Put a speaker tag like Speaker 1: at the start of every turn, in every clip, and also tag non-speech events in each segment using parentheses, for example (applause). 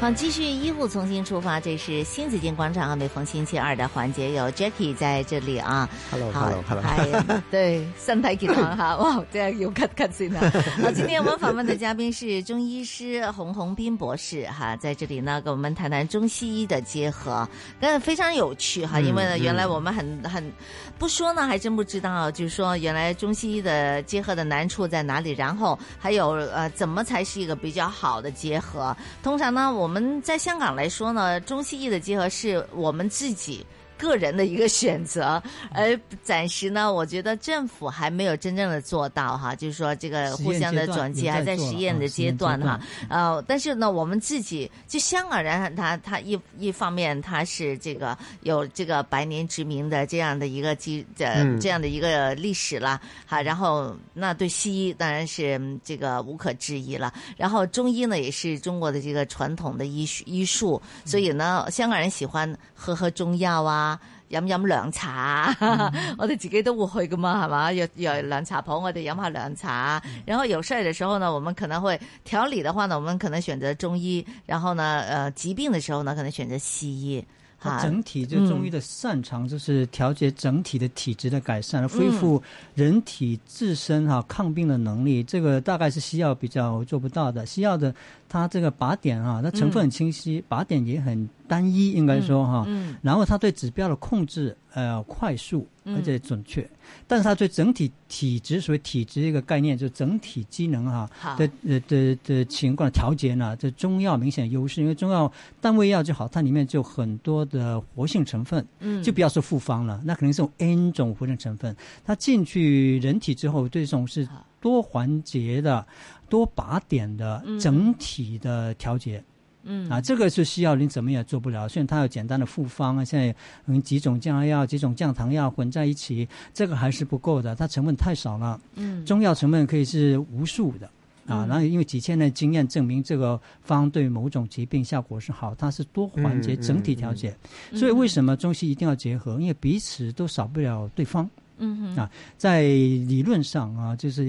Speaker 1: 好，继续医护重新出发，这是新紫金广场啊，每逢星期二的环节有 Jackie 在这里啊。好
Speaker 2: Hello，Hello，Hello。
Speaker 1: 哎，对，身体健康
Speaker 2: (laughs)
Speaker 1: 哈，啊哇，这样有 cut cut 先啊。好，今天我们访问的嘉宾是中医师洪洪斌博士哈，在这里呢，跟我们谈谈中西医的结合，但非常有趣哈，因为呢，
Speaker 2: 嗯
Speaker 1: 原来我们很很不说呢，还真不知道，就是说原来中西医的结合的难处在哪里，然后还有呃，怎么才是一个比较好的结合？通常呢，我们在香港来说呢，中西医的结合是我们自己。个人的一个选 (laughs) 择，而暂时呢，我觉得政府还没有真正的做到哈，就是说这个互相的转
Speaker 3: 实
Speaker 1: 接
Speaker 3: 验
Speaker 1: 还
Speaker 3: 阶段
Speaker 1: 在实验的阶段哈，呃，但是呢，我们自己就香港人他，他一一方面他是这个有这个百年殖民的这样的一个基呃
Speaker 2: 嗯
Speaker 1: 这样的一个历史啦，哈、然后那对西医当然是嗯这个无可置疑了，然后中医呢也是中国的这个传统的医术医术，
Speaker 3: 嗯
Speaker 1: 所以呢，香港人喜欢喝喝中药啊。飲飲涼茶啊，
Speaker 3: 嗯
Speaker 1: (laughs) 我哋自己都會去噶嘛，係嘛？有有涼茶鋪，我哋飲下涼茶。啊
Speaker 3: 嗯
Speaker 1: 然後有事儿的時候呢，我們可能會調理的話呢，我們可能選擇中醫；然後呢，呃，疾病的時候呢，可能选擇西医。
Speaker 3: 它
Speaker 1: 哈，
Speaker 3: 整体就中哦医的擅长就是调节整体的体质的改善，
Speaker 1: 嗯
Speaker 3: 恢复人体自身哈、抗病的能力，这个大概是西药比较做不到的。西药的它这个靶点啊，它成分很清晰，靶点也很单一，应该说哈、
Speaker 1: 嗯
Speaker 3: 然后它对指标的控制，呃，快速
Speaker 1: 嗯
Speaker 3: 而且准确，但是它对整体体质，所谓体质一个概念，就整体机能哈、
Speaker 1: 好
Speaker 3: 的呃的的情况调节呢，这中药明显有优势，因为中药单味药就好，它里面就很多的活性成分，
Speaker 1: 嗯
Speaker 3: 就不要说复方了，那肯定是有 N 种活性成分，它进去人体之后，对这种是
Speaker 1: 好
Speaker 3: 多环节的、多靶点的
Speaker 1: 嗯
Speaker 3: 整体的调节。
Speaker 1: 嗯
Speaker 3: 啊，这个是西药你怎么也做不了。虽然它有简单的复方啊，现在嗯几种降压药、几种降糖药混在一起，这个还是不够的，它成分太少了。
Speaker 1: 嗯
Speaker 3: 中药成分可以是无数的。啊，
Speaker 1: 嗯
Speaker 3: 然后因为几千年经验证明这个方对某种疾病效果是好，它是多环节
Speaker 2: 嗯嗯
Speaker 3: 整体调节，
Speaker 1: 嗯
Speaker 3: 所以为什么中西一定要结合？因为彼此都少不了对方。
Speaker 1: 嗯哼
Speaker 3: 啊在理论上啊，就是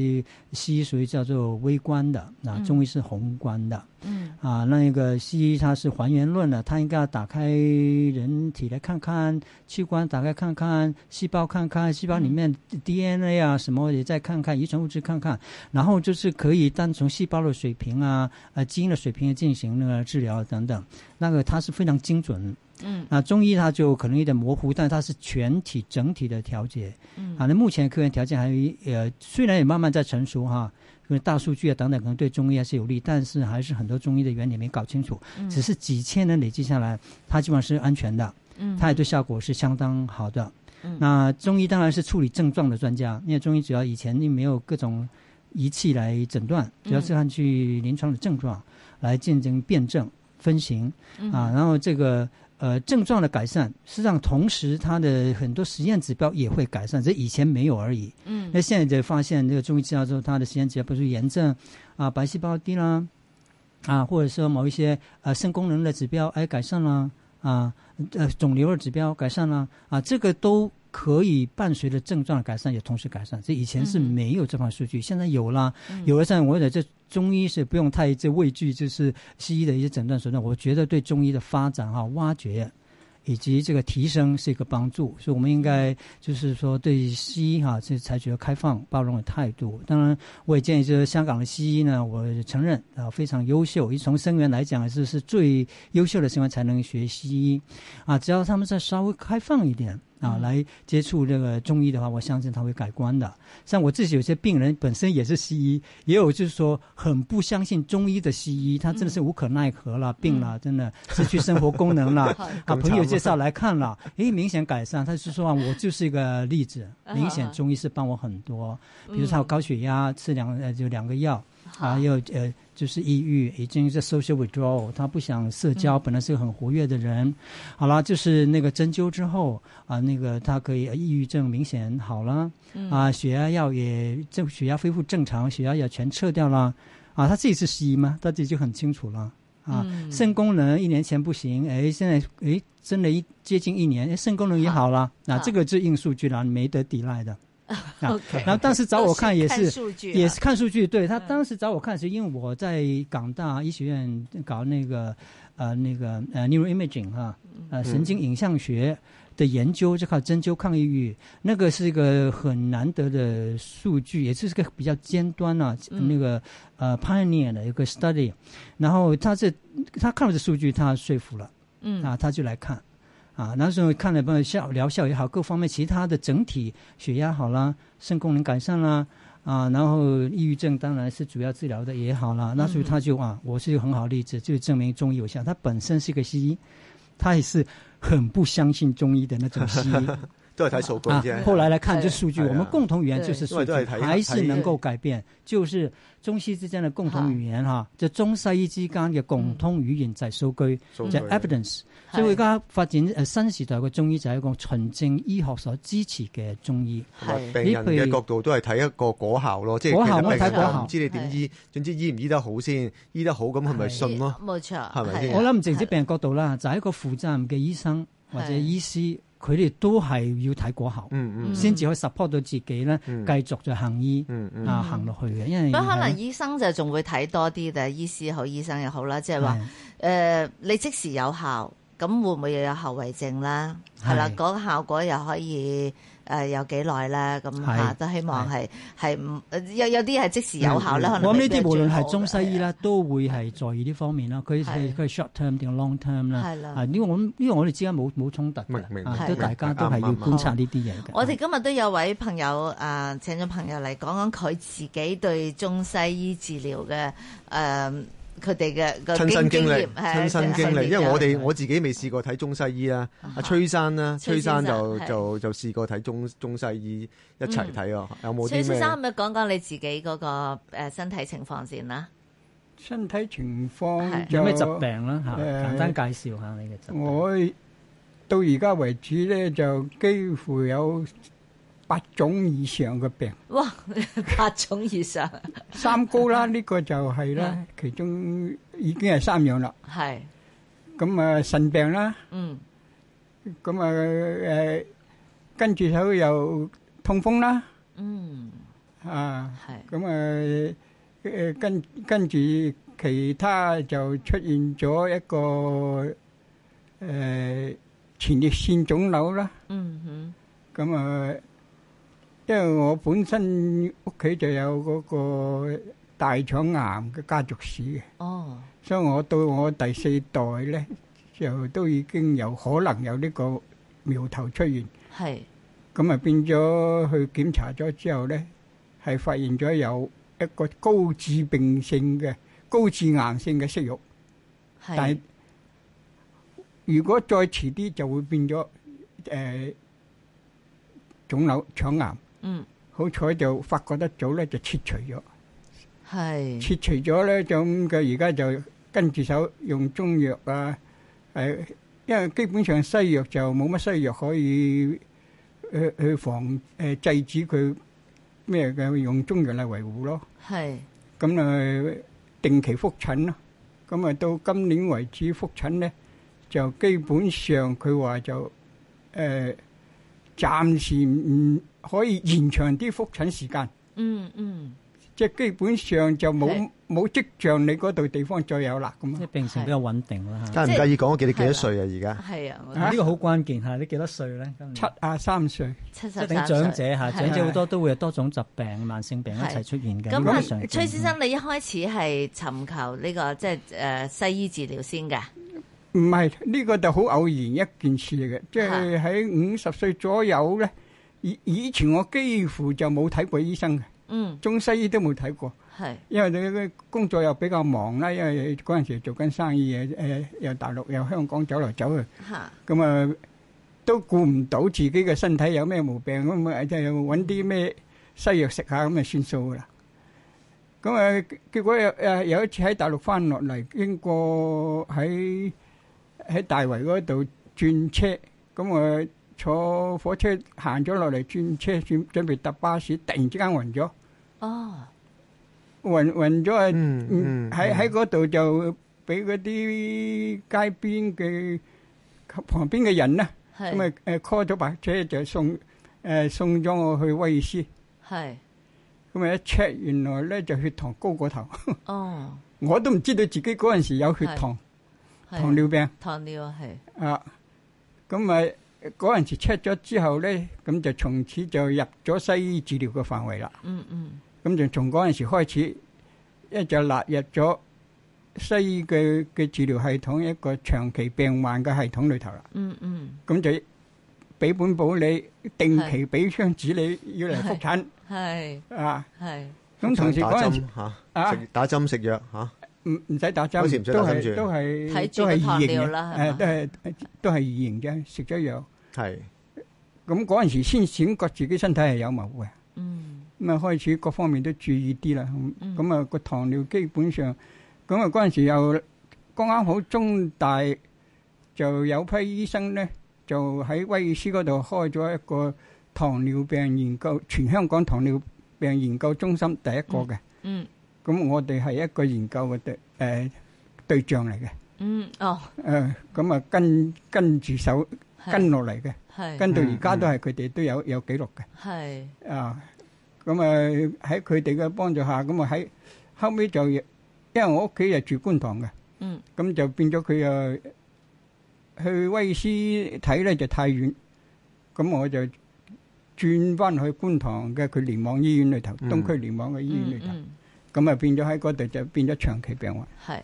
Speaker 3: 西医属于叫做微观的，啊，
Speaker 1: 嗯
Speaker 3: 中医是宏观的。
Speaker 1: 嗯
Speaker 3: 啊，那个西医它是还原论的，它应该要打开人体来看看，器官打开看看，细胞看看，细胞里面 DNA 啊什么也再看看，遗传物质看看，然后就是可以单从细胞的水平啊，呃基因的水平进行那个治疗等等，那个它是非常精准。
Speaker 1: 嗯
Speaker 3: 那中医它就可能有点模糊，但它是全体整体的调节。
Speaker 1: 嗯
Speaker 3: 啊，那目前科研条件还有一呃，虽然也慢慢在成熟哈，因为大数据啊等等可能对中医还是有利，但是还是很多中医的原理没搞清楚，
Speaker 1: 嗯
Speaker 3: 只是几千年累积下来，它基本上是安全的，
Speaker 1: 嗯
Speaker 3: 它也对效果是相当好的。
Speaker 1: 嗯
Speaker 3: 那中医当然是处理症状的专家，因为中医主要以前没有各种仪器来诊断，
Speaker 1: 嗯
Speaker 3: 主要是按去临床的症状来进行辩证分型。
Speaker 1: 嗯
Speaker 3: 啊，然后这个呃症状的改善，实际上同时它的很多实验指标也会改善，这以前没有而已。
Speaker 1: 嗯
Speaker 3: 那现在就发现这个中医治疗之后，它的实验指标，比如说炎症啊、白细胞低啦，啊，或者说某一些呃肾功能的指标哎改善啦，啊，呃肿瘤的指标改善啦，啊，这个都。可以伴随着症状的改善也同时改善，这以前是
Speaker 1: 嗯哼
Speaker 3: 没有这方面数据，现在有啦。
Speaker 1: 嗯
Speaker 3: 有了这样，我觉得这中医是不用太这畏惧，就是西医的一些诊断手段。我觉得对中医的发展哈、挖掘以及这个提升是一个帮助，所以我们应该就是说对西医哈、是采取了开放包容的态度。当然，我也建议就是香港的西医呢，我承认啊非常优秀，因为从生源来讲是是最优秀的生源才能学西医啊。只要他们再稍微开放一点啊，
Speaker 1: 嗯。
Speaker 3: 来接触这个中医的话，我相信他会改观的。像我自己有些病人本身也是西医，也有就是说很不相信中医的西医，他真的是无可奈何了，病了，真的失去生活功能了
Speaker 1: 好嗯
Speaker 3: 啊，
Speaker 2: 咁
Speaker 3: 朋友
Speaker 2: 慘
Speaker 3: 介绍来看了，诶，明显改善。他就说啊，我就是一个
Speaker 1: 嗯
Speaker 3: 例子，明显中医是帮我很多。比如他有高血压，吃两呃就两个药，还有呃，就是抑郁，已经是 social withdrawal，他不想社交，本来是个很活跃的人，好啦，就是那个针灸之后啊、那个他可以呃抑郁症明显好了，啊，血压药也正血压恢复正常，血压药全撤掉了，啊，他自己是西医嘛，他自己就很清楚了。
Speaker 1: 嗯
Speaker 3: 啊，肾功能一年前不行，哎，现在哎，真的一接近一年，哎，肾功能也好了，那、
Speaker 1: 好
Speaker 3: 这个是硬数据啦，没得抵赖的。啊
Speaker 1: OK
Speaker 3: 然后当时找我看也
Speaker 1: 都
Speaker 3: 是，
Speaker 1: 数据啊，
Speaker 3: 也是看数据，对他当时找我看是因为我在港大医学院搞那个呃那个呃 neuroimaging 哈、
Speaker 1: 嗯
Speaker 3: 呃神经影像学的研究，就靠针灸抗抑郁，那个是一个很难得的数据，也是个比较尖端啊、
Speaker 1: 嗯
Speaker 3: 那个呃 pioneer 的一个 study，然后他这他看了这数据，他说服了。
Speaker 1: 嗯
Speaker 3: 啊，他就来看，啊，那时候看了朋友效疗效也好，各方面其他的整体血压好啦，肾功能改善啦，啊，然后抑郁症当然是主要治疗的也好
Speaker 4: 嗯
Speaker 3: 啦，那所以他就啊，我是一个很好的例子，就证明中医有效。他本身是一个西医，他也是很不相信中医的那种西医
Speaker 4: (laughs) 都係睇數據
Speaker 3: 啊
Speaker 4: 啫。。
Speaker 3: 后来来看这数据，
Speaker 4: 哎呀
Speaker 3: 我们共同语言就是数据
Speaker 4: 对因为，都是睇
Speaker 3: 还是能够改变，就是中西之间的共同语言哈，就中西醫之間嘅共
Speaker 4: 嗯
Speaker 3: 通語言就係數據，
Speaker 4: 數據
Speaker 3: 就係 evidence。所以而家發展誒新時代嘅中醫就係一個純正醫學所支持嘅中醫。
Speaker 4: 同埋
Speaker 1: 係
Speaker 4: 病人嘅角度都係睇一個果效咯，即係
Speaker 3: 果
Speaker 4: 其
Speaker 3: 效
Speaker 4: 實
Speaker 3: 咯
Speaker 4: 病人
Speaker 3: 睇果效
Speaker 4: 就唔知你點醫，總之醫唔醫得好先，醫得好咁佢咪信咯。
Speaker 1: 冇錯，
Speaker 4: 係咪
Speaker 1: 係
Speaker 4: 先
Speaker 1: 啊
Speaker 3: 我諗唔淨止病人角度啦，就係一個負責任嘅醫生或者
Speaker 1: 係
Speaker 3: 醫師，佢哋都係要睇果效，
Speaker 4: 嗯嗯
Speaker 3: 先至可以 support 到自己咧，
Speaker 4: 嗯
Speaker 3: 繼續就行醫
Speaker 4: 嗯嗯，
Speaker 3: 啊行落去嘅，因為
Speaker 1: 不過可能醫生就仲會睇多啲嘅，醫師好，醫生又好啦，即係話
Speaker 3: 係
Speaker 1: 誒，你即時有效，咁會唔會又有後遺症啦？
Speaker 3: 係
Speaker 1: 係啦，嗰個效果又可以誒有幾耐咧？咁
Speaker 3: 係嗯
Speaker 1: 嚇都希望係係唔誒有有啲係即時有效啦。可能
Speaker 3: 我諗呢
Speaker 1: 未必
Speaker 3: 啲
Speaker 1: 係
Speaker 3: 無
Speaker 1: 最
Speaker 3: 論
Speaker 1: 好
Speaker 3: 係中西醫
Speaker 1: 嘅，
Speaker 3: 啦，都會係在意呢方面啦。佢
Speaker 1: 係
Speaker 3: 係佢係 short term 定 long term 啦。
Speaker 1: 係啦
Speaker 3: 啊，呢個我諗呢個我哋之間冇冇衝突
Speaker 4: 明
Speaker 3: 嘅，
Speaker 4: 明
Speaker 3: 啊
Speaker 1: 係
Speaker 3: 都
Speaker 1: 明
Speaker 3: 大家都
Speaker 4: 啱
Speaker 3: 係要
Speaker 4: 啱啱
Speaker 3: 觀察呢啲嘢嘅。
Speaker 1: 我哋
Speaker 4: 嗯
Speaker 1: 今日都有位朋友啊、請咗朋友嚟講講佢自己對中西醫治療嘅誒佢哋嘅個
Speaker 4: 親身經歷
Speaker 1: 驗，係
Speaker 4: 親身經歷，因為我哋我自己未試過睇中西醫啦，阿崔生啦，
Speaker 1: 崔
Speaker 4: 崔
Speaker 1: 先生
Speaker 4: 生就
Speaker 1: 係
Speaker 4: 就就試過睇中中西醫一齊睇啊，有冇
Speaker 1: 嗯崔
Speaker 4: 啲
Speaker 1: 先
Speaker 4: 咩
Speaker 1: 生，可？唔可以講講你自己嗰個誒身體情況先啦？
Speaker 5: 身體情況就
Speaker 3: 有咩疾？病啦？嚇，
Speaker 5: 誒
Speaker 3: 簡單介紹下你嘅疾病。
Speaker 5: 我到而家為止咧，就幾乎有八種以上嘅
Speaker 3: (laughs)
Speaker 5: 病，
Speaker 1: 哇， (laughs) 八種以上，
Speaker 5: 三高啦，呢個就係啦，其中已經係三樣啦。
Speaker 1: 係
Speaker 5: 咁啊，腎病啦，
Speaker 1: 嗯
Speaker 5: 咁啊誒，跟住手又痛風啦，
Speaker 1: 嗯
Speaker 5: 啊，
Speaker 1: 係
Speaker 5: 咁啊誒跟跟住其他就出現咗一個誒前列腺腫瘤啦。
Speaker 1: 嗯哼
Speaker 5: 咁啊，因為我本身屋企就有嗰個大腸癌嘅家族史嘅，
Speaker 1: 哦
Speaker 5: 所以我到我第四代咧，就都已經有可能有呢個苗頭出現。
Speaker 1: 係
Speaker 5: 咁啊，變咗去檢查咗之後咧，係發現咗有一個高致病性嘅高致癌性嘅息肉，但係
Speaker 1: 係
Speaker 5: 如果再遲啲就會變咗誒、呃、腫瘤腸癌。
Speaker 1: 嗯
Speaker 5: 好彩就發覺得早咧，就切除咗。
Speaker 1: 係嗯
Speaker 5: 切除咗咧，就咁嘅而家就跟住手用中藥啊，誒、因為基本上西藥就冇乜西藥可以去去防誒、呃制止佢咩嘅，用中藥嚟維護咯。
Speaker 1: 係
Speaker 5: 咁啊、呃定期復診咯。咁啊，到今年為止復診咧，就基本上佢話就誒、呃、暫時唔可以延長啲復診時間。
Speaker 1: 嗯嗯
Speaker 5: 即係基本上就
Speaker 1: 係
Speaker 5: 冇冇跡象，你嗰度地方再有啦咁
Speaker 3: 即係
Speaker 5: 啊！
Speaker 3: 病情比較穩定啦嚇。
Speaker 4: 介唔介意講我幾你幾多歲啊？而家
Speaker 1: 係啊，我
Speaker 5: 啊
Speaker 3: 呢個好關鍵嚇，你幾多歲咧？今年
Speaker 5: 七啊三歲，
Speaker 1: 七
Speaker 3: 即
Speaker 1: 十三
Speaker 3: 係等
Speaker 1: 歲
Speaker 3: 長者嚇，長者好
Speaker 5: 係
Speaker 3: 多都會有多種疾病、慢性病一齊出現嘅。呢個
Speaker 1: 咁
Speaker 3: 常
Speaker 1: 啊，
Speaker 3: 見
Speaker 1: 崔先，生，你一開始係尋求呢、個即係誒西醫治療先嘅，
Speaker 5: 唔係呢個就好偶然一件事嚟嘅，即係喺五十歲左右咧。以以前我幾乎就冇睇過醫生嘅，
Speaker 1: 嗯，
Speaker 5: 中西醫都冇睇過，
Speaker 1: 係
Speaker 5: 因為你嘅工作又比較忙啦，因為嗰陣時做緊生意嘅，誒、又大陸又香港走嚟走去，
Speaker 1: 嚇，
Speaker 5: 咁啊都顧唔到自己嘅身體有咩毛病，咁啊就揾啲咩西藥食下咁啊算數噶啦。咁啊，結果有誒有一次喺大陸翻落嚟，經過喺喺大圍嗰度轉車，咁我坐火車行咗落嚟轉車，準準備搭巴士，突然之間暈咗，
Speaker 1: 哦，
Speaker 5: 暈暈咗啊！
Speaker 4: 嗯
Speaker 5: 嗯
Speaker 4: 嗯，
Speaker 5: 喺喺嗰度就俾嗰啲街邊嘅旁邊嘅人咧，
Speaker 1: 係
Speaker 5: 咁啊誒 call 咗白車就送誒送咗我去威爾斯，
Speaker 1: 係
Speaker 5: 咁啊一 check 原來咧就血糖高過頭。
Speaker 1: 哦，
Speaker 5: 我都唔知道自己嗰陣時有血糖
Speaker 1: 係
Speaker 5: 糖尿病
Speaker 1: 糖尿係
Speaker 5: 啊，咁啊嗰陣時 check 咗之後咧，咁就從此就入咗西醫治療嘅範圍啦。
Speaker 1: 嗯嗯
Speaker 5: 咁就從嗰陣時開始，一就納入咗西醫嘅嘅治療系統一個長期病患嘅系統裏頭啦。
Speaker 1: 嗯嗯
Speaker 5: 咁就俾本保你定期俾張紙你要嚟復診
Speaker 1: 係
Speaker 5: 啊。
Speaker 1: 係
Speaker 5: 咁同時
Speaker 4: 打
Speaker 5: 嗰陣時
Speaker 4: 針嚇，
Speaker 5: 啊
Speaker 4: 食打針食藥嚇，
Speaker 5: 唔唔使打針，
Speaker 4: 嗰時唔使打
Speaker 5: 都
Speaker 4: 針
Speaker 5: 係
Speaker 4: 住
Speaker 5: 都係
Speaker 1: 睇住
Speaker 5: 都係
Speaker 1: 個糖
Speaker 5: 異形
Speaker 1: 尿
Speaker 5: 嘅
Speaker 1: 啦係嘛
Speaker 5: 誒都係都係異形啫，食咗藥。
Speaker 4: 係
Speaker 5: 咁嗰陣時先先覺自己身體係有毛嘅，
Speaker 1: 嗯
Speaker 5: 咁啊開始各方面都注意啲啦。咁
Speaker 1: 嗯
Speaker 5: 咁啊個糖尿基本上，咁啊嗰陣時又剛啱好中大就有批醫生咧，就喺威爾斯嗰度開咗一個糖尿病研究，全香港糖尿病研究中心第一個嘅。
Speaker 1: 嗯
Speaker 5: 咁我哋係一個研究嘅對誒對象嚟嘅。
Speaker 1: 嗯哦
Speaker 5: 誒咁啊跟跟住手
Speaker 1: 係
Speaker 5: 跟落嚟嘅，
Speaker 1: 係
Speaker 5: 跟到而家都係佢哋都有有記錄嘅
Speaker 1: 係
Speaker 5: 啊。咁啊喺佢哋嘅幫助下，咁啊喺後尾就因為我屋企係住觀塘嘅，
Speaker 1: 嗯
Speaker 5: 咁就變咗佢啊去威斯睇咧就太遠，咁我就轉翻去觀塘嘅佢聯網醫院裏頭，
Speaker 4: 嗯
Speaker 5: 東區聯網嘅醫院裏
Speaker 1: 嗯
Speaker 5: 頭，
Speaker 1: 嗯
Speaker 5: 咁啊變咗喺嗰度就變咗長期病患。
Speaker 1: 係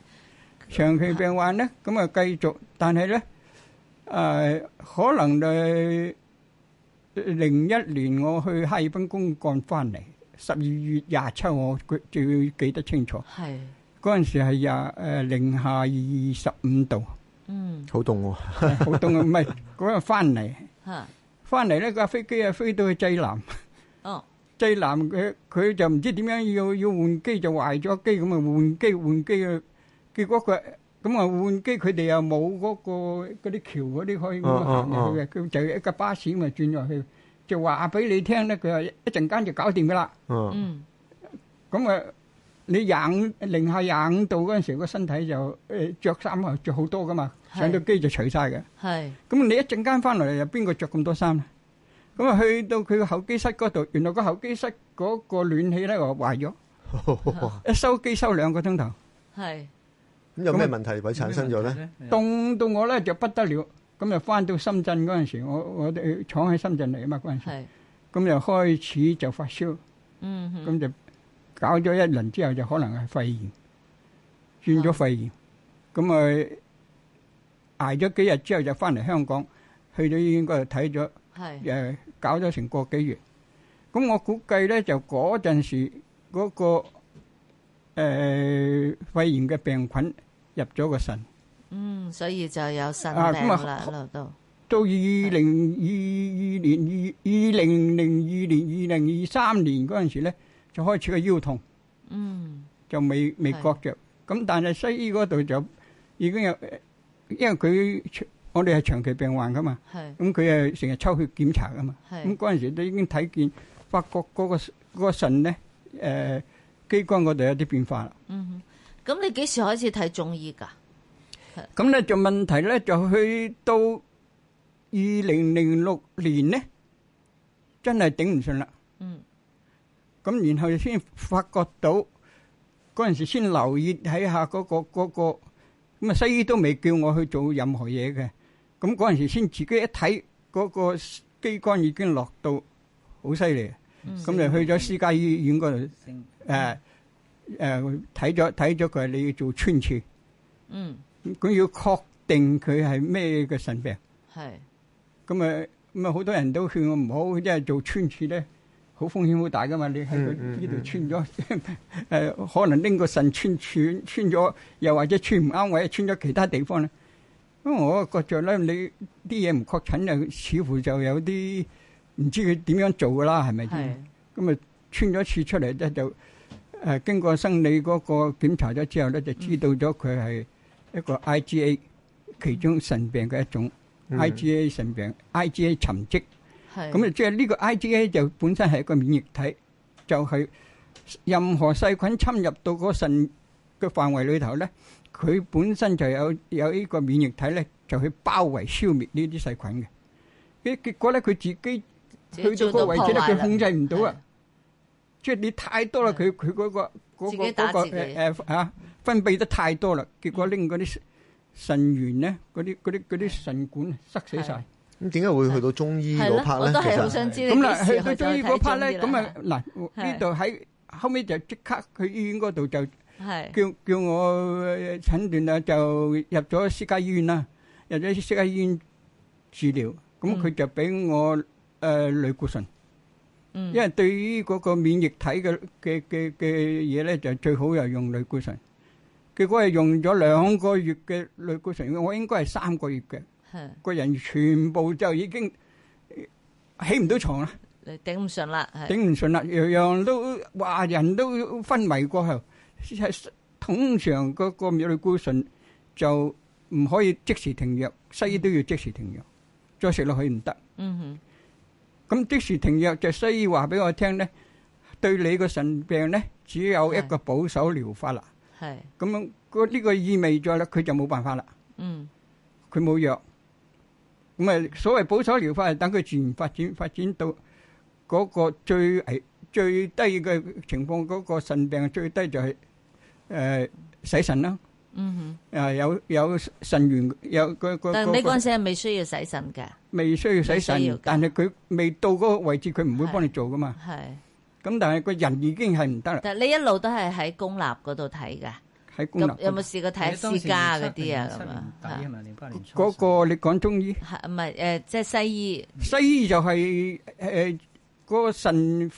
Speaker 5: 長期病患咧，咁啊繼續，但係咧，誒可能誒零一年我去哈爾濱公幹翻嚟，十二月廿七我最最記得清楚，
Speaker 1: 係
Speaker 5: 嗰陣時係廿誒零下二十五度，
Speaker 1: 嗯
Speaker 4: 好凍喎，
Speaker 5: 好凍啊！唔係嗰日翻嚟，
Speaker 1: 嚇
Speaker 5: 翻嚟咧架飛機啊飛到去濟南，
Speaker 1: 哦
Speaker 5: 濟南佢佢就唔知點樣要要換機就壞咗機，咁啊換機換機啊，結果佢咁啊換機佢哋又冇嗰、個嗰啲橋嗰啲可以咁樣行入去嘅，佢、就一架巴士咁啊轉入去，就話俾你聽咧，佢話一陣間就搞掂噶啦。
Speaker 4: 嗯
Speaker 1: 嗯
Speaker 5: 咁啊，你廿五零下廿五度嗰陣時，個身體就誒著衫啊着好多噶嘛，
Speaker 1: 係
Speaker 5: 上到機就除晒嘅。
Speaker 1: 係
Speaker 5: 咁你一陣間翻嚟又邊個著咁多衫咧？咁啊去到佢個候機室嗰度，原來個候機室嗰個暖氣咧話壞咗，一收機收兩個鐘頭，
Speaker 1: 啊係
Speaker 4: 嗯
Speaker 1: 啊
Speaker 4: 咁有咩問題會產生咗咧？
Speaker 5: 凍到我咧就不得了。咁就翻到深圳嗰陣時，我我哋廠喺深圳嚟啊嘛嗰陣時，
Speaker 1: 係
Speaker 5: 咁就開始就發燒，
Speaker 1: 嗯哼
Speaker 5: 咁就搞咗一輪之後就可能係肺炎，轉咗肺炎，咁啊捱咗幾日之後就翻嚟香港，去咗醫院嗰度睇咗。
Speaker 1: 係
Speaker 5: 誒呃搞咗成個幾月。咁我估計咧，就嗰陣時嗰、個、誒肺炎嘅病菌入咗個腎。
Speaker 1: 嗯，所以就有腎
Speaker 5: 啊
Speaker 1: 病
Speaker 5: 咁啊
Speaker 1: 啦，落到
Speaker 5: 到二零二二年、二二零零二年、二零二三年嗰陣時咧，就開始個腰痛，
Speaker 1: 嗯
Speaker 5: 就未未覺着。咁但係西醫嗰度就已經有，誒因為佢我哋係長期病患噶嘛，
Speaker 1: 係
Speaker 5: 咁佢誒成日抽血檢查噶嘛。咁
Speaker 1: 係
Speaker 5: 嗰陣時都已經睇見法國嗰、個嗰個腎咧，誒、機關嗰度有啲變化啦。
Speaker 1: 嗯哼，咁你幾時開始睇中醫㗎？
Speaker 5: 咁咧就問題咧就去到二零零六年咧，真係頂唔順啦。
Speaker 1: 嗯
Speaker 5: 咁然後先發覺到嗰陣時先留意睇下嗰個嗰、個咁啊西醫都未叫我去做任何嘢嘅。咁嗰陣時先自己一睇嗰、個機關已經落到好犀利。
Speaker 1: 嗯
Speaker 5: 咁就去咗私家醫院嗰度誒誒睇咗睇咗佢，你要做穿刺，
Speaker 1: 嗯
Speaker 5: 咁要確定佢係咩嘅腎病。
Speaker 1: 係
Speaker 5: 咁啊咁啊，好多人都勸我唔好，因為做穿刺咧，好風險好大噶嘛。你喺佢呢度穿咗，誒、 (laughs) 可能拎個腎穿穿穿咗，又或者穿唔啱位，穿咗其他地方咧。咁我覺着咧，你啲嘢唔確診就似乎就有啲唔知佢點樣做噶啦，係咪先？
Speaker 1: 係
Speaker 5: 咁啊穿咗一次出嚟咧就誒、誒經過生理嗰個檢查咗之後咧，就知道咗佢係一個 IgA 其中腎病嘅一種、
Speaker 4: 嗯
Speaker 5: IgA 腎病 IgA 沉積。
Speaker 1: 係
Speaker 5: 咁就啊即係呢個 IgA 就本身係一個免疫體，就係、任何細菌侵入到嗰腎嘅範圍裏頭咧，佢本身就有有呢個免疫體咧，就去包圍消滅呢啲細菌嘅。結結果咧，佢自己
Speaker 1: 自
Speaker 5: 去
Speaker 1: 己
Speaker 5: 到
Speaker 1: 做
Speaker 5: 嗰個
Speaker 1: 到
Speaker 5: 位
Speaker 1: 破
Speaker 5: 置咧，
Speaker 1: 壞
Speaker 5: 佢
Speaker 1: 啦
Speaker 5: 控制唔到
Speaker 1: 係
Speaker 5: 啊！即係你太多啦，佢佢嗰個
Speaker 1: 哎自
Speaker 5: 嗰、
Speaker 1: 己
Speaker 5: 個
Speaker 1: 打
Speaker 5: 嗰、個
Speaker 1: 自己
Speaker 5: 誒誒嚇分泌得太多啦，結果令嗰啲腎源咧，嗰啲嗰啲嗰
Speaker 1: 哎
Speaker 5: 啲腎管塞死晒。
Speaker 4: 咁點解會去到中醫
Speaker 1: 係
Speaker 4: 嗰
Speaker 1: 咯
Speaker 4: part
Speaker 1: 我
Speaker 4: 咧？
Speaker 1: 都
Speaker 4: 其
Speaker 1: 係好
Speaker 4: 實
Speaker 1: 想知你
Speaker 5: 咁
Speaker 1: 幾
Speaker 5: 啦，
Speaker 1: 時
Speaker 5: 去
Speaker 1: 去
Speaker 5: 到中
Speaker 1: 再
Speaker 5: 醫
Speaker 1: 睇
Speaker 5: 嗰 part
Speaker 1: 中醫
Speaker 5: 咧，咁啊
Speaker 1: 啦？
Speaker 5: 嗱，呢度喺後尾就即刻去醫院嗰度就
Speaker 1: 係
Speaker 5: 叫叫我呃診斷啦，就入咗私家醫院啦，入咗私家醫院治療。咁
Speaker 1: 嗯
Speaker 5: 佢就俾我誒類固醇，
Speaker 1: 嗯
Speaker 5: 因為對於嗰個免疫體嘅嘅嘅嘅嘢咧，就最好又用類固醇。結果係用咗兩個月嘅類固醇，我應該係三個月嘅，
Speaker 1: 係
Speaker 5: 個人全部就已經呃起唔到床啦。
Speaker 1: 你頂唔順啦，係
Speaker 5: 頂唔順啦，樣樣都話人都昏迷過後，係通常嗰個類固醇就唔可以即時停藥，西醫都要即時停藥，再食落去唔得。
Speaker 1: 嗯哼
Speaker 5: 咁即時停藥就西醫話俾我聽咧，對你個腎病咧只有一個保守療法啦。
Speaker 1: 係
Speaker 5: 咁樣嗰呢個意味咗啦，佢就冇辦法啦，
Speaker 1: 嗯
Speaker 5: 佢冇藥。咁啊，所謂保守療法係等佢自然發展，發展到嗰個最危最低嘅情況，嗰、個腎病最低就係、呃洗腎啦。
Speaker 1: 嗯
Speaker 5: 誒、有有腎源有個
Speaker 1: 哼，
Speaker 5: 個
Speaker 1: 但係
Speaker 5: 個
Speaker 1: 呢嗰陣時係未需要洗腎嘅，
Speaker 5: 未需要洗
Speaker 1: 未需要
Speaker 5: 腎
Speaker 1: 㗎，
Speaker 5: 但係佢未到嗰個位置，佢唔會幫你做噶嘛。
Speaker 1: 係，
Speaker 5: 咁但係個人已經係唔得啦，
Speaker 1: 但係你一路都係喺公立嗰度睇嘅，
Speaker 5: 喺公立
Speaker 1: 咁有冇試過睇私家嗰啲啊？咁啊
Speaker 3: 大啊嘛，零八年初
Speaker 5: 嗰、個你講中醫。
Speaker 1: 係唔係誒？即係西醫
Speaker 5: 西醫就係誒嗰個腎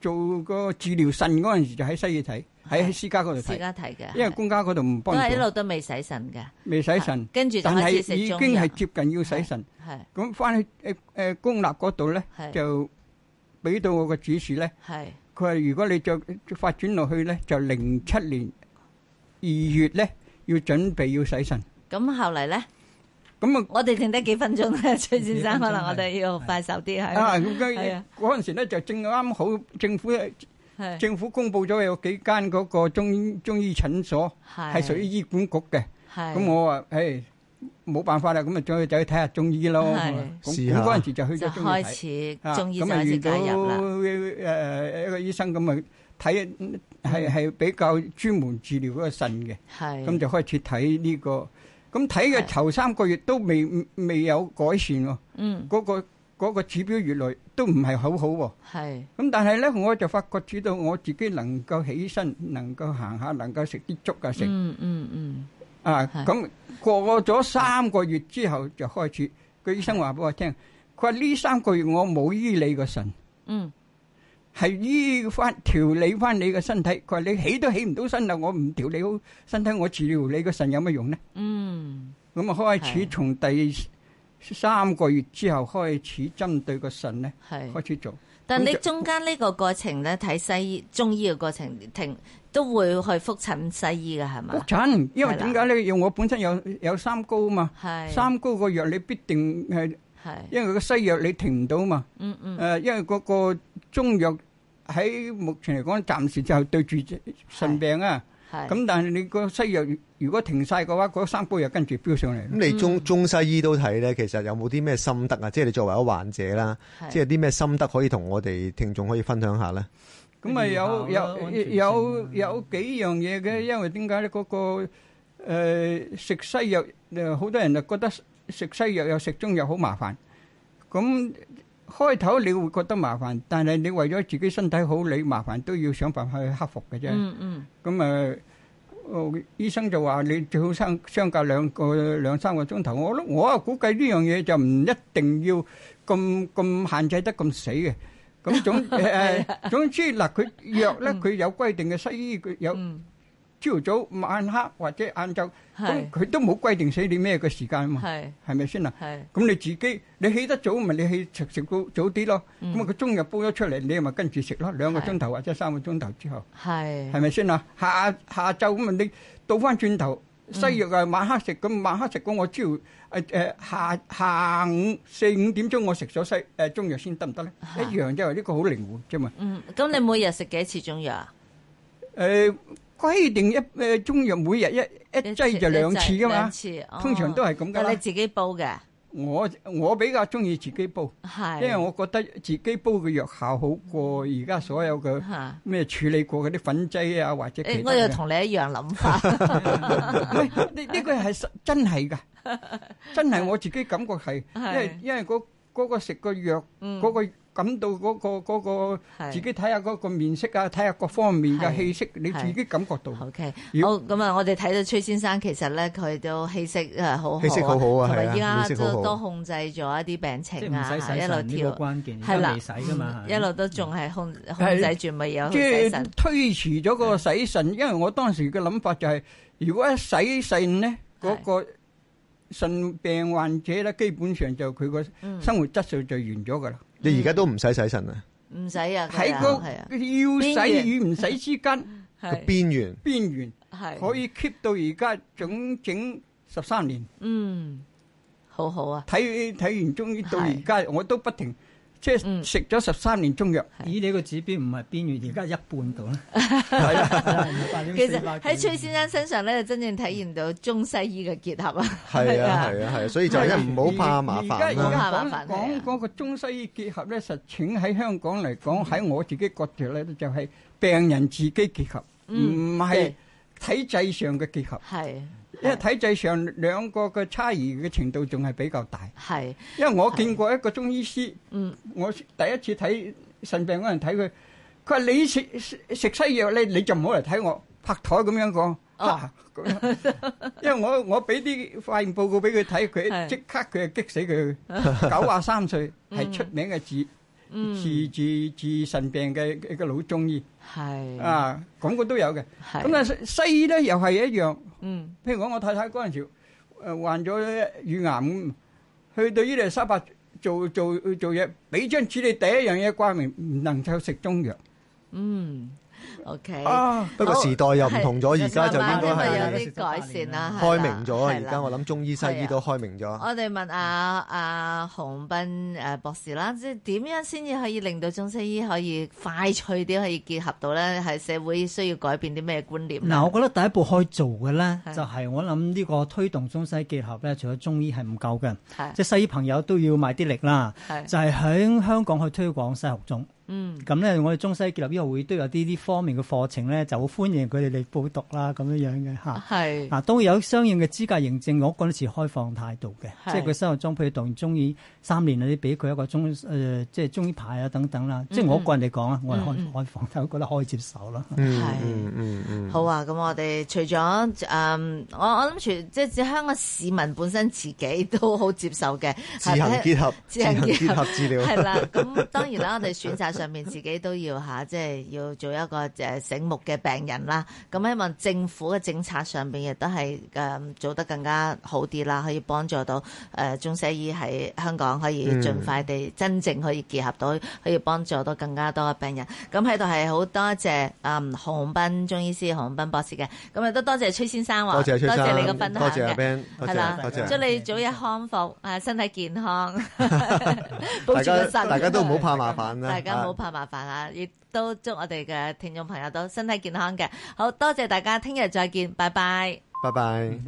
Speaker 5: 做個治療腎嗰陣時就喺西醫睇，喺喺私家嗰度
Speaker 1: 私
Speaker 5: 睇，
Speaker 1: 家睇嘅，
Speaker 5: 因為
Speaker 1: 係
Speaker 5: 公家嗰度唔
Speaker 1: 都
Speaker 5: 幫
Speaker 1: 係一
Speaker 5: 你做
Speaker 1: 路都未洗腎嘅，
Speaker 5: 未洗腎，
Speaker 1: 啊跟住就
Speaker 5: 但
Speaker 1: 開
Speaker 5: 係
Speaker 1: 始食
Speaker 5: 已經
Speaker 1: 中藥
Speaker 5: 係，接近要洗腎。
Speaker 1: 係
Speaker 5: 咁翻去誒誒公立嗰度咧，
Speaker 1: 啊係
Speaker 5: 就俾到我個指示咧，
Speaker 1: 係
Speaker 5: 佢話如果你再發展落去咧，就零七年二月咧要準備要洗腎。
Speaker 1: 咁後嚟咧。
Speaker 5: 咁啊
Speaker 1: 我哋剩得幾分鐘
Speaker 5: (laughs)
Speaker 1: 咧，崔先生，
Speaker 3: 幾分鐘
Speaker 1: 可能我哋要快手啲
Speaker 5: 啊
Speaker 1: 係，
Speaker 5: 咁
Speaker 1: 係啊
Speaker 5: 佢嗰陣時咧就正啱好政府
Speaker 1: 係
Speaker 5: 政府公布咗有幾間嗰個中中醫診所係屬於醫管局嘅，
Speaker 1: 係
Speaker 5: 咁我話誒冇辦法啦，咁啊再走去睇下中醫咯。
Speaker 1: 係
Speaker 5: 咁
Speaker 4: 試
Speaker 5: 咁
Speaker 4: 下
Speaker 5: 嗰陣時就去
Speaker 1: 就
Speaker 5: 咗中醫
Speaker 1: 開
Speaker 5: 睇，
Speaker 1: 始
Speaker 5: 啊
Speaker 1: 中醫就
Speaker 5: 咁啊
Speaker 1: 開
Speaker 5: 遇
Speaker 1: 始
Speaker 5: 到
Speaker 1: 介入啦。
Speaker 5: 誒一個醫生咁啊睇係係比較專門治療嗰個腎嘅，
Speaker 1: 係
Speaker 5: 咁就開始睇呢個。咁睇
Speaker 1: 係
Speaker 5: 嘅頭三個月都未未有改善喎，
Speaker 1: 嗯
Speaker 5: 嗰個嗰個指標越來都唔係好好喎。
Speaker 1: 係
Speaker 5: 咁但係咧，我就發覺知道我自己能夠起身，能夠行下，能夠食啲粥啊食
Speaker 1: 嗯嗯嗯
Speaker 5: 啊，
Speaker 1: 係
Speaker 5: 咁過咗三個月之後就開始，個醫生話俾我聽，佢話呢三個月我冇醫你個腎，
Speaker 1: 嗯
Speaker 5: 係醫翻調理翻你個身體。佢話你起都起唔到身啦，我唔調理好身體，我治療你個腎有乜用呢？
Speaker 1: 嗯
Speaker 5: 咁啊，開始
Speaker 1: 係
Speaker 5: 從第三個月之後開始針對個腎咧
Speaker 1: 係。
Speaker 5: 開始做。
Speaker 1: 但你
Speaker 5: 咁就
Speaker 1: 中間呢個過程咧，睇西醫、中醫嘅過程停都會去覆診西醫嘅係
Speaker 5: 覆
Speaker 1: 嘛？
Speaker 5: 診，因為
Speaker 1: 啊係啦
Speaker 5: 點解咧？用我本身有有三高啊嘛，
Speaker 1: 係
Speaker 5: 三高個藥你必定係，
Speaker 1: 係
Speaker 5: 因為個西藥你停唔到嘛。
Speaker 1: 嗯嗯
Speaker 5: 誒，因為嗰個中藥喺目前嚟講，暫時就對住腎病啊。
Speaker 1: 係
Speaker 5: 咁但係你個西藥如果停晒嘅話，嗰三高又跟住飆上嚟啦。
Speaker 4: 咁
Speaker 1: 嗯
Speaker 4: 你中中西醫都睇咧，其實有冇啲咩心得啊？即係你作為一個患者啦，
Speaker 1: 係
Speaker 4: 即係啲咩心得可以同我哋聽眾可以分享下咧？
Speaker 5: 咁啊有有有有幾樣嘢嘅，因為點解咧？嗰個誒食西藥誒，好多人就覺得食西藥又食中藥好麻煩。咁開頭你會覺得麻煩，但係你為咗自己身體好，你麻煩都要想辦法去克服嘅啫。
Speaker 1: 嗯嗯
Speaker 5: 咁啊，哦醫生就話你最好相相隔兩個兩三個鐘頭。我諗我啊估計呢樣嘢就唔一定要咁咁限制得咁死嘅。ờ,
Speaker 1: Ừ.
Speaker 5: 咁總誒總之嗱，佢藥咧佢有規定嘅西醫佢有
Speaker 1: 嗯
Speaker 5: 朝早、晚黑或者晏晝，
Speaker 1: 係
Speaker 5: 咁佢都冇規定死你咩嘅時間啊嘛，
Speaker 1: 係
Speaker 5: 係咪先啊？
Speaker 1: 係
Speaker 5: 咁你自己你起得早咪你起食食到早啲咯，
Speaker 1: 嗯
Speaker 5: 咁啊個中藥煲咗出嚟，你咪跟住食咯，兩個
Speaker 1: 係
Speaker 5: 鐘頭或者三個鐘頭之後，係
Speaker 1: 係
Speaker 5: 咪先啊？下下晝咁啊，你倒翻轉頭
Speaker 1: 嗯
Speaker 5: 西藥啊，晚黑食咁晚黑食咁，我朝誒誒下下午四五點鐘我食咗西誒中藥先得唔得咧？
Speaker 1: 嚇
Speaker 5: 一樣啫，呢個好靈活啫嘛。
Speaker 1: 嗯，咁你每日食幾次中藥啊？
Speaker 5: 誒呃規定一誒中藥每日一一劑就兩次噶嘛
Speaker 1: 兩，次，哦
Speaker 5: 通常都係咁噶
Speaker 1: 但你
Speaker 5: 啦。
Speaker 1: 自己煲嘅，
Speaker 5: 我我比較中意自己煲。
Speaker 1: 係，
Speaker 5: 因為我覺得自己煲嘅藥效好過而家所有嘅
Speaker 1: 嚇
Speaker 5: 咩處理過嗰啲粉劑啊，或者
Speaker 1: 啊誒
Speaker 5: 其他
Speaker 1: 我又
Speaker 5: 嘅。
Speaker 1: 同你一樣諗
Speaker 5: (laughs)
Speaker 1: 法，
Speaker 5: 喂 (laughs) 呢呢個係實真係
Speaker 1: (laughs)
Speaker 5: 㗎，真係我自己感覺係，因
Speaker 1: 係
Speaker 5: 為因為嗰嗰個食個藥
Speaker 1: 嗯
Speaker 5: 嗰個感到嗰個嗰個
Speaker 1: 係
Speaker 5: 自己睇下嗰個面色啊，睇下各方面嘅
Speaker 1: 係
Speaker 5: 氣息，你
Speaker 1: 係
Speaker 5: 自己感覺到。
Speaker 1: O K，
Speaker 5: 要
Speaker 1: 好咁啊！我哋睇到崔先生其實咧，佢都氣息誒好好啊，
Speaker 4: 氣息好好
Speaker 1: 同
Speaker 4: 啊係
Speaker 1: 埋
Speaker 4: 啊
Speaker 1: 依家
Speaker 4: 氣息好
Speaker 1: 都
Speaker 4: 好
Speaker 1: 都控制咗一啲病
Speaker 3: 即係
Speaker 1: 情
Speaker 3: 唔
Speaker 1: 啊
Speaker 3: 使，洗
Speaker 1: 一路
Speaker 3: 腎呢個
Speaker 1: 跳，
Speaker 3: 關鍵，
Speaker 1: 係
Speaker 3: 而
Speaker 1: 啦嗯
Speaker 3: 家未洗㗎嘛，
Speaker 1: 一路都仲係控控制住咪有
Speaker 5: 嗯即
Speaker 1: 去洗
Speaker 5: 係
Speaker 1: 腎，
Speaker 5: 推遲咗個洗腎，因為我當時嘅諗法就係、如果一洗腎咧，嗰、
Speaker 1: 係
Speaker 5: 個腎病患者咧，基本上就佢個
Speaker 1: 嗯
Speaker 5: 生活質素就完咗噶啦。
Speaker 4: 你而家都唔使洗腎啊，
Speaker 1: 唔使啊，佢
Speaker 5: 喺
Speaker 1: 啊
Speaker 5: 個
Speaker 1: 係啊，
Speaker 5: 要洗與唔洗之
Speaker 1: (laughs)
Speaker 5: 間，
Speaker 4: 個
Speaker 1: 係
Speaker 4: 邊緣
Speaker 5: 邊緣
Speaker 1: 係
Speaker 5: 可以 keep 到而家整整十三年。
Speaker 1: 嗯，好好啊，
Speaker 5: 睇睇完中醫到而
Speaker 1: 係
Speaker 5: 家，我都不停即係
Speaker 1: 嗯
Speaker 5: 食咗十三年中藥。
Speaker 3: 咦？你個指標唔係邊緣，而家一
Speaker 1: (laughs)
Speaker 3: 半到啦。啊
Speaker 1: 其實喺崔先生身上咧，真正體現
Speaker 3: 嗯
Speaker 1: 到中西醫嘅結合啊，(laughs)
Speaker 4: 係啊
Speaker 1: 係
Speaker 4: 係啊係啊，所以就係唔好怕麻
Speaker 5: 而
Speaker 4: 煩
Speaker 5: 家
Speaker 1: 唔好
Speaker 5: 而
Speaker 4: 啦。
Speaker 1: 怕麻
Speaker 5: 家
Speaker 1: 煩係啊
Speaker 5: 講講嗰個中西醫結合咧，實踐喺香港嚟講，
Speaker 1: 嗯
Speaker 5: 喺我自己角度咧，就係病人自己結合，
Speaker 1: 嗯
Speaker 5: 唔係體制上嘅結合。
Speaker 1: 係
Speaker 5: 因為體制上兩個嘅差異嘅程度仲係比較大。
Speaker 1: 係
Speaker 5: 因為我見過一個中醫師，
Speaker 1: 嗯
Speaker 5: 我第一次睇腎病嗰陣睇佢，佢話你食食食西藥咧，你就唔好嚟睇我，拍台咁樣講。
Speaker 1: 哦
Speaker 5: 啊咁樣因為我我俾啲化驗報告俾佢
Speaker 1: 係
Speaker 5: 睇，佢即刻佢就激死
Speaker 1: (laughs)
Speaker 5: 佢。九啊三歲
Speaker 1: 嗯
Speaker 5: 係出名嘅治治治治腎病嘅嘅老中醫
Speaker 1: 係
Speaker 5: 啊，咁佢都有嘅。咁
Speaker 1: 嗯係
Speaker 5: 啊西西醫咧又係一樣。
Speaker 1: 嗯
Speaker 5: 譬如講，我太太嗰陣時誒患咗乳癌咁，去到伊利沙伯做做做嘢，俾張紙你第一樣嘢掛明唔能夠食中藥。
Speaker 1: 嗯，OK。
Speaker 5: 啊，
Speaker 4: 不過時代又唔同咗，而家就應該
Speaker 1: 慢慢
Speaker 3: 因
Speaker 1: 因
Speaker 3: 為
Speaker 1: 為
Speaker 4: 係
Speaker 1: 有啲改善啦，
Speaker 4: 開明咗。
Speaker 1: 係
Speaker 4: 而
Speaker 1: 啦啊哦
Speaker 4: 家我諗啊中醫西醫都開明咗。
Speaker 1: 我哋問阿阿洪斌誒博士啦，即係點樣先至可以令到中西醫可以快脆啲可以結合到咧？係社會需要改變啲咩觀念
Speaker 3: 嗱，我覺得第一步可以做嘅咧，
Speaker 1: 係
Speaker 3: 就係我諗呢個推動中西結合咧，除咗中醫係唔夠嘅，
Speaker 1: 係
Speaker 3: 即係西醫朋友都要賣啲力啦。
Speaker 1: 係
Speaker 3: 就係喺香港去推廣西學中，
Speaker 1: 嗯
Speaker 3: 咁咧我哋中西結合醫學會都有啲呢方面嘅課程咧，就好歡迎佢哋嚟報讀啦，咁樣樣嘅
Speaker 4: 嗯
Speaker 3: 嚇。
Speaker 1: 係
Speaker 3: 嗱，都啊有相應嘅資格認證，我嗰陣時開放態度嘅，
Speaker 1: 係
Speaker 3: 即係佢生活中，譬如讀完中醫三年嗰啲，俾佢一個中誒、呃即係中醫牌啊等等啦。即係我個人嚟講啊，我係開、
Speaker 1: 嗯嗯嗯
Speaker 3: 開放態度，覺得可以接受啦。
Speaker 4: 嗯
Speaker 1: 係
Speaker 4: 嗯嗯嗯，
Speaker 1: 好啊！咁我哋除咗誒、嗯我我諗住即係香港市民本身自己都好接受嘅，
Speaker 4: 自行
Speaker 1: 係
Speaker 4: 結合，
Speaker 1: (laughs) 自
Speaker 4: 自
Speaker 1: 行
Speaker 4: 行
Speaker 1: 結
Speaker 4: 結
Speaker 1: 合
Speaker 4: 合治療。
Speaker 1: 係
Speaker 4: (laughs)
Speaker 1: 啦，咁當然啦，我哋選擇上面自己都要吓，即係要做一個誒醒目嘅病人啦。咁希望政府嘅政策上邊亦都係誒做得更加好啲啦，可以幫助到誒中西醫喺香港可
Speaker 4: 嗯
Speaker 1: 以盡快地真正可以結合到，可以幫助到更加多嘅病人。咁喺度係好多謝嗯洪斌中醫師洪斌博士嘅，咁亦都多謝崔先生喎，
Speaker 4: 多謝崔
Speaker 1: 多謝你嘅
Speaker 4: 生，
Speaker 1: 分享
Speaker 4: 多謝阿
Speaker 1: 嘅。
Speaker 4: Ben，多
Speaker 1: 係啦
Speaker 4: 謝多，謝
Speaker 1: 祝。你早日康復，啊身體健
Speaker 4: (laughs)
Speaker 1: 康， (laughs) 保
Speaker 4: 大
Speaker 1: 住個
Speaker 4: 家
Speaker 1: 腎。
Speaker 4: 大家都唔好怕麻煩啦，
Speaker 1: 大家唔好
Speaker 4: 啊
Speaker 1: 怕麻煩啊！亦都祝我哋嘅聽眾朋友都身體健康嘅。好多謝大家，聽日再見，拜拜。
Speaker 4: 拜拜。
Speaker 3: 拜拜。